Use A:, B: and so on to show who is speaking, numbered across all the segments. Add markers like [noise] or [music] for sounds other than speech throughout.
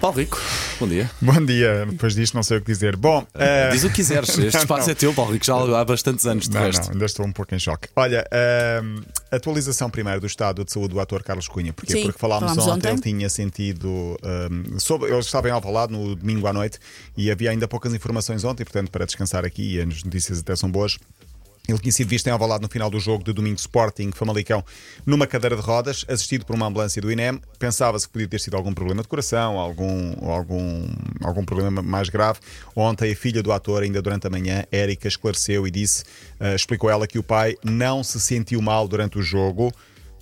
A: Paulo Rico, bom dia.
B: Bom dia, depois disto não sei o que dizer. Bom, eh,
A: Diz o que
B: [laughs]
A: quiseres. Este
B: Não,
A: espaço
B: não.
A: é teu, Paulo Rico, já há bastantes anos de
B: não,
A: resto.
B: não, ainda estou um pouco em choque. Olha, ehm, atualização primeiro do estado de saúde do ator Carlos Cunha. Porquê?
C: Sim,
B: Porque falámos,
C: falámos
B: ontem,
C: ontem.
B: ele tinha sentido. ehm, sobre, ele estava em Alvalade no domingo à noite e havia ainda poucas informações ontem, portanto, para descansar aqui, e as notícias até são boas. Ele tinha sido visto em Alvalade no final do jogo de domingo Sporting Famalicão numa cadeira de rodas, assistido por uma ambulância do INEM. Pensava-se que podia ter sido algum problema de coração, algum, algum, algum problema mais grave. Ontem a filha do ator, ainda durante a manhã, Érica, esclareceu e disse, eh, explicou ela que o pai não se sentiu mal durante o jogo.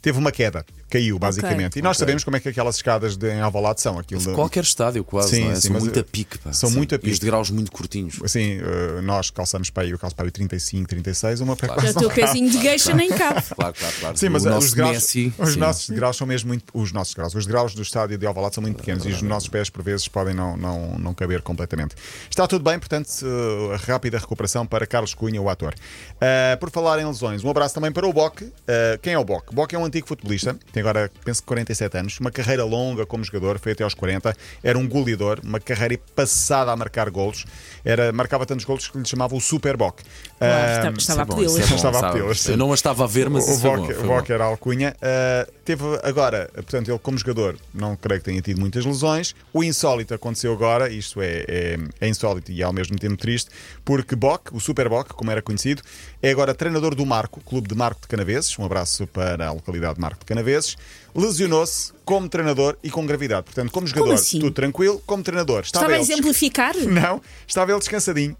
B: Teve uma queda, caiu basicamente. E nós sabemos como é que aquelas escadas de, em Alvalade são. Aquilo de-
A: Qualquer estádio, quase.
B: Sim,
A: não é?
B: sim,
A: são
B: mas
A: muito
B: eu-
A: a pique. Pá.
B: são muito a
A: E os
B: pique.
A: degraus muito curtinhos.
B: Assim, eh, nós calçamos para aí, eu calço para aí 35, 36, uma para
C: Já
B: quase
C: o teu pezinho de gueixa nem cabe.
B: Tá
A: Claro, claro, claro.
B: Sim, mas
A: o
B: eh,
A: nosso
B: os graus,
A: Messi,
B: os
A: sim.
B: nossos graus são mesmo muito. Os nossos graus, os graus do estádio de Alvalade são muito pequenos e os nossos pés, por vezes, podem não, não, não caber completamente. Está tudo bem, portanto, eh, rápida recuperação para Carlos Cunha, o ator. Eh, por falar em lesões, um abraço também para o Bock. Eh, quem é o Bock? Bock é um antigo futebolista, tem agora, penso que 47 anos, uma carreira longa como jogador, foi até aos 40, era um goleador, uma carreira passada a marcar golos, era, marcava tantos golos que lhe chamava o Super Bock.
C: Claro,
B: Ah,
C: estava- estava a
A: Bom,
C: pedi-las.
A: isso é bom,
B: Estava a
A: sabes?
B: pedi-las, sim.
A: Eu não a estava a ver, mas
B: o
A: isso foi
B: Boca-
A: bom,
B: o
A: foi bom.
B: Boca era alcunha. Uh, teve agora, portanto, ele como jogador, não creio que tenha tido muitas lesões. O insólito aconteceu agora, isto é, é, é insólito e ao mesmo tempo triste, porque Bock, o Super Bock, como era conhecido, é agora treinador do Marco, clube de Marco de Canaveses. Um abraço para a localidade de Marco de Canaveses. Lesionou-se como treinador e com gravidade. Portanto, como jogador,
C: assim?
B: tudo tranquilo, como treinador. Estava,
C: Estava a
B: ele desca-
C: exemplificar?
B: Não, estava ele descansadinho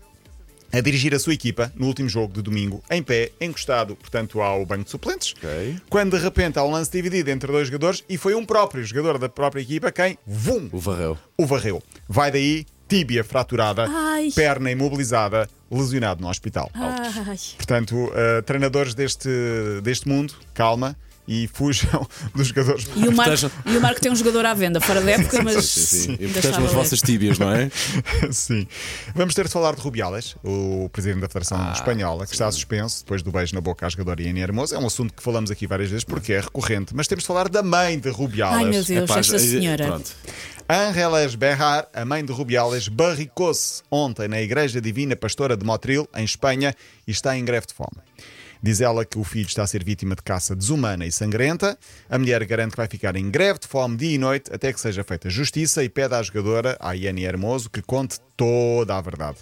B: a dirigir a sua equipa no último jogo de domingo, em pé, encostado, portanto, ao banco de suplentes.
A: Ok.
B: Quando de repente há um lance dividido entre dois jogadores e foi um próprio jogador da própria equipa quem, vum,
A: O varreu.
B: o varreu. Vai daí, tíbia fraturada,
C: Ai. Ah.
B: perna imobilizada, lesionado no hospital.
C: Ai,
B: Portanto, uh, treinadores deste, deste mundo, calma e fujam [laughs] dos jogadores.
C: e, o Marco,
A: Portanto-
C: e o Marco tem um jogador à venda fora da época, mas.
A: Sim, sim. E
C: ainda
A: portanto,
C: estava
A: nas
C: a ler.
A: vossas tíbias, não
C: [laughs]
A: é?
B: [laughs] Sim. Vamos ter de falar de Rubiales, o presidente da Federação
C: Ah,
B: Espanhola, que está suspenso depois do beijo na boca à jogadora Ian Hermoso. É um assunto que falamos aqui várias vezes porque é recorrente, mas temos de falar da mãe de Rubiales.
C: Ai, meu Deus,
A: Epá,
C: esta
A: já-
C: senhora.
A: é, Pronto.
B: Ángeles Berrar, a mãe de Rubiales, barricou-se ontem na Igreja Divina Pastora de Motril, em Espanha, e está em greve de fome. Diz ela que o filho está a ser vítima de caça desumana e sangrenta. A mulher garante que vai ficar em greve de fome dia e noite até que seja feita justiça e pede à jogadora, a Iane Hermoso, que conte toda a verdade.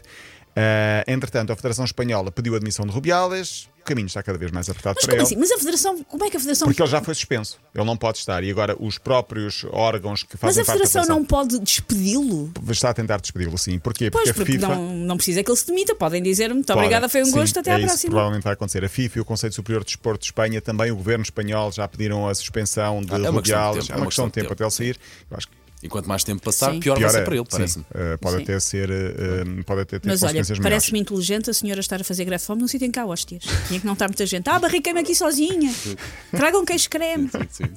B: Ah, entretanto, a Federação Espanhola pediu a admissão de Rubiales. O caminho está cada vez mais apertado
C: Mas
B: para
C: como
B: ele.
C: assim? Mas a Federação, como é que a Federação.
B: Porque ele já foi suspenso. Ele não pode estar. E agora os próprios órgãos que
C: Mas
B: fazem
C: a
B: parte da
C: Federação
B: Federação-
C: não pode despedi-lo?
B: está a tentar despedi-lo, sim. Porquê?
C: Pois,
B: a
C: porque
B: FIFA.
C: não, não precisa que ele se demita. Podem dizer-me, muito
B: Podem.
C: obrigada, foi um
B: Sim,
C: gosto, até
B: é
C: à
B: isso que
C: próxima.
B: Provavelmente vai acontecer. A FIFA e o Conselho Superior de Desporto de Espanha, também o governo espanhol, já pediram a suspensão de
A: Ah, é uma questão de
B: Rubiales.
A: tempo,
B: É uma questão de tempo até ele sair. Eu acho que
A: E quanto mais tempo passar,
C: Sim.
A: pior,
B: pior
A: vai ser
B: é-
A: para ele,
B: sim,
A: parece-me.
B: eh, pode
C: Sim.
B: até ser. eh, eh, pode até ter
C: Mas olha,
B: consequências maiores.
C: parece-me inteligente a senhora estar a fazer greve de fome num sítio em que há hóstias. Tinha que não estar muita gente. Ah, barriquei-me aqui sozinha. Tragam queijo creme.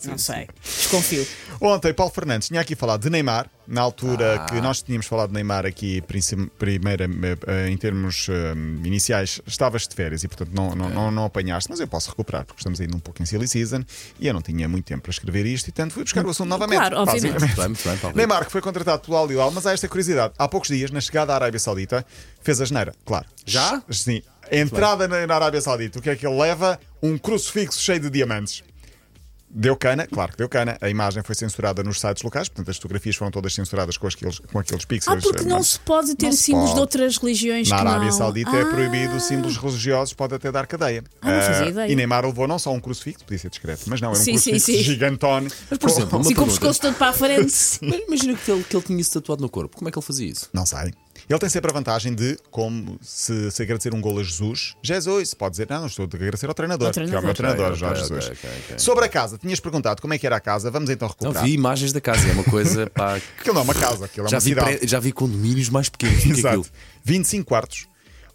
C: Não sei. Desconfio.
B: Ontem, Paulo Fernandes tinha aqui falado de Neymar, na altura
A: Ah.
B: que nós tínhamos falado de Neymar aqui, princi- primeira, eh, em termos eh, iniciais, estavas de férias e, portanto, não, não, não, não apanhaste, mas eu posso recuperar, porque estamos ainda um pouco em silly season e eu não tinha muito tempo para escrever isto e, portanto, fui buscar o assunto novamente.
C: obviamente.
B: basicamente.
A: Muito bem, muito bem, Paulo.
B: Neymar, que foi contratado pelo Al Hilal, mas há esta curiosidade. Há poucos dias, na chegada à Arábia Saudita, fez a geneira, claro.
A: Já?
B: Sim. A entrada na, na Arábia Saudita, o que é que ele leva? Um crucifixo cheio de diamantes. Deu cana, claro que deu cana. A imagem foi censurada nos sites locais, portanto as fotografias foram todas censuradas com aqueles, com aqueles
C: Ah,
B: pixels.
C: porque não
B: Mas
C: se pode ter
B: não se
C: símbolos
B: pode.
C: de outras religiões
B: Na
C: que não.
B: Arábia Saudita é
C: Ah.
B: proibido símbolos religiosos, pode até dar cadeia.
C: Ah, não fazia
B: Ah,
C: ideia.
B: E Neymar levou não só um crucifixo, podia ser discreto, mas não, era um
C: Sim, sim,
B: crucifixo
C: sim.
B: gigantone.
A: Mas, por
B: com-
A: exemplo, uma
C: Sim, com o
A: pergunta.
C: pescoço todo para a frente.
A: Mas Imagina que ele, que ele tinha isso tatuado no corpo. Como é que ele fazia isso?
B: [laughs] Não sei. Ele tem sempre a vantagem de, como se, se agradecer um gol a Jesus, Jesus, pode dizer, não, estou a agradecer ao treinador,
C: Ao
B: que é o meu
C: treinador.
B: treinador,
A: Ok,
B: Jorge
A: ok,
B: Jesus.
A: ok, ok.
B: Sobre a casa, tinhas perguntado como é que era a casa, vamos então
A: Não,
B: recuperar.
A: vi imagens da casa. É uma
B: [laughs]
A: coisa, pá. que-
B: Aquilo não é uma casa, aquilo é
A: já,
B: uma
A: vi
B: cidade.
A: pre- já vi condomínios mais pequenos do que aquilo.
B: Exato. 25 quartos,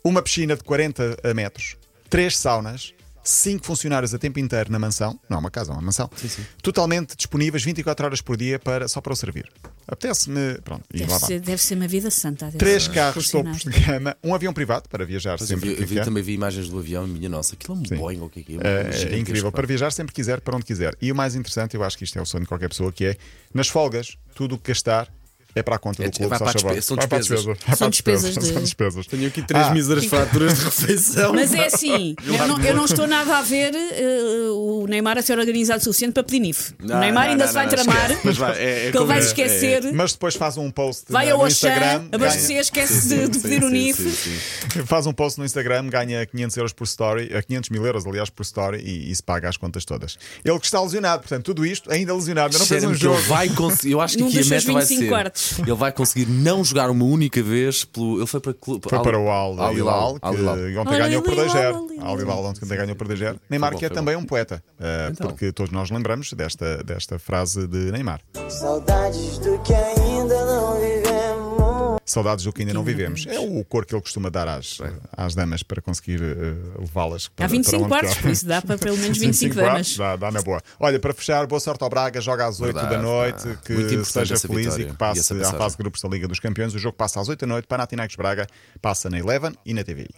B: uma piscina de 40 metros, três saunas, cinco funcionários a tempo inteiro na mansão. Não é uma casa, é uma mansão.
A: sim.
B: Totalmente disponíveis 24 horas por dia para, só para o servir. Apetece-me. Pronto, [laughs] e lá
C: Deve
B: vai.
C: ser, deve ser uma vida santa. deve
B: Três
C: ser
B: carros
C: funcionar.
B: topos de gama, um avião privado para viajar
A: Mas eu,
B: sempre
A: vi-
B: que
A: eu vi-
B: quer.
A: também vi imagens do avião, minha nossa, aquilo é um Boeing ou o que é que é?
B: É, É, incrível. [laughs] Para viajar sempre que quiser, para onde quiser. E o mais interessante, eu acho que isto é o sonho de qualquer pessoa, que é nas folgas, tudo o que gastar É para a conta
A: É-
B: do clube,
A: vai
B: só
A: para a
B: favor.
A: despe- são
B: Vai para a
A: despesas.
B: despesa. Vai
C: São
B: para a despesa.
C: despesas de-
B: São despesas.
A: Tenho aqui três
B: Ah.
A: míseras faturas de refeição.
C: Mas é
B: [laughs]
C: assim,
B: um
C: eu não, eu não estou nada a ver eh, o Neymar a ser organizado o suficiente para Plinif.
A: Não,
C: o Neymar
A: não,
C: ainda
A: não,
C: se vai
A: não,
C: tramar,
A: esquece. Mas vai, é- é
C: que ele vai
A: como-
C: esquecer,
B: Mas depois faz um post
C: vai
B: na-
C: ao
B: no
C: Oxã,
B: Instagram. é.
C: abastecer, esquece
A: é.
C: de, de pedir o NIF.
B: ganha- [laughs] faz um post no Instagram, ganha 500 euros por story, eh, 500 mil euros, aliás, por story e, e se paga as contas todas. Ele que está lesionado, portanto, tudo isto ainda lesionado, ainda não fez um
A: Cheira-me que
B: jogo.
A: ele vai conseguir. Eu acho que
C: Num
A: aqui a
C: dos seus
A: meta vai
C: 25
A: ser.
C: quartos.
A: Ele vai conseguir não jogar uma única vez pelo. Ele foi para, clube,
B: Foi para o Al
A: Al Hilal.
B: Hilal,
A: Al Hilal.
B: que
C: Al
B: ontem ganhou por
C: Hilal,
B: 2-0.
C: Al
B: Al Hilal ontem ganhou por 2-0. Neymar,
A: bom,
B: que é
A: foi
B: também um poeta, eh,
A: Então.
B: porque todos nós lembramos desta, desta frase de Neymar.
D: Saudades do que ainda não vivemos.
B: Saudades do que ainda não vivemos. É o cor que ele costuma dar às, às damas para conseguir eh, levá-las para,
C: Há 25
B: para onde
C: quartos,
B: quer.
C: por isso dá para pelo menos 25 damas.
B: quartos, dá, dá na boa. Olha, para fechar, boa sorte ao Braga, joga às 8
A: Verdade,
B: da noite,
A: pá. Muito
B: que
A: importante
B: seja
A: essa
B: feliz
A: vitória e
B: e que
A: essa
B: passe à
A: passagem.
B: fase de grupos da Liga dos Campeões. O jogo passa às 8 da noite, Panathinaikos Braga, passa na Eleven e na TVI.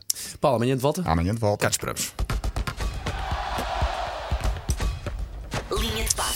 A: Paulo, amanhã de volta?
B: Amanhã de volta.
A: Cá te esperamos.
E: Linha de passe.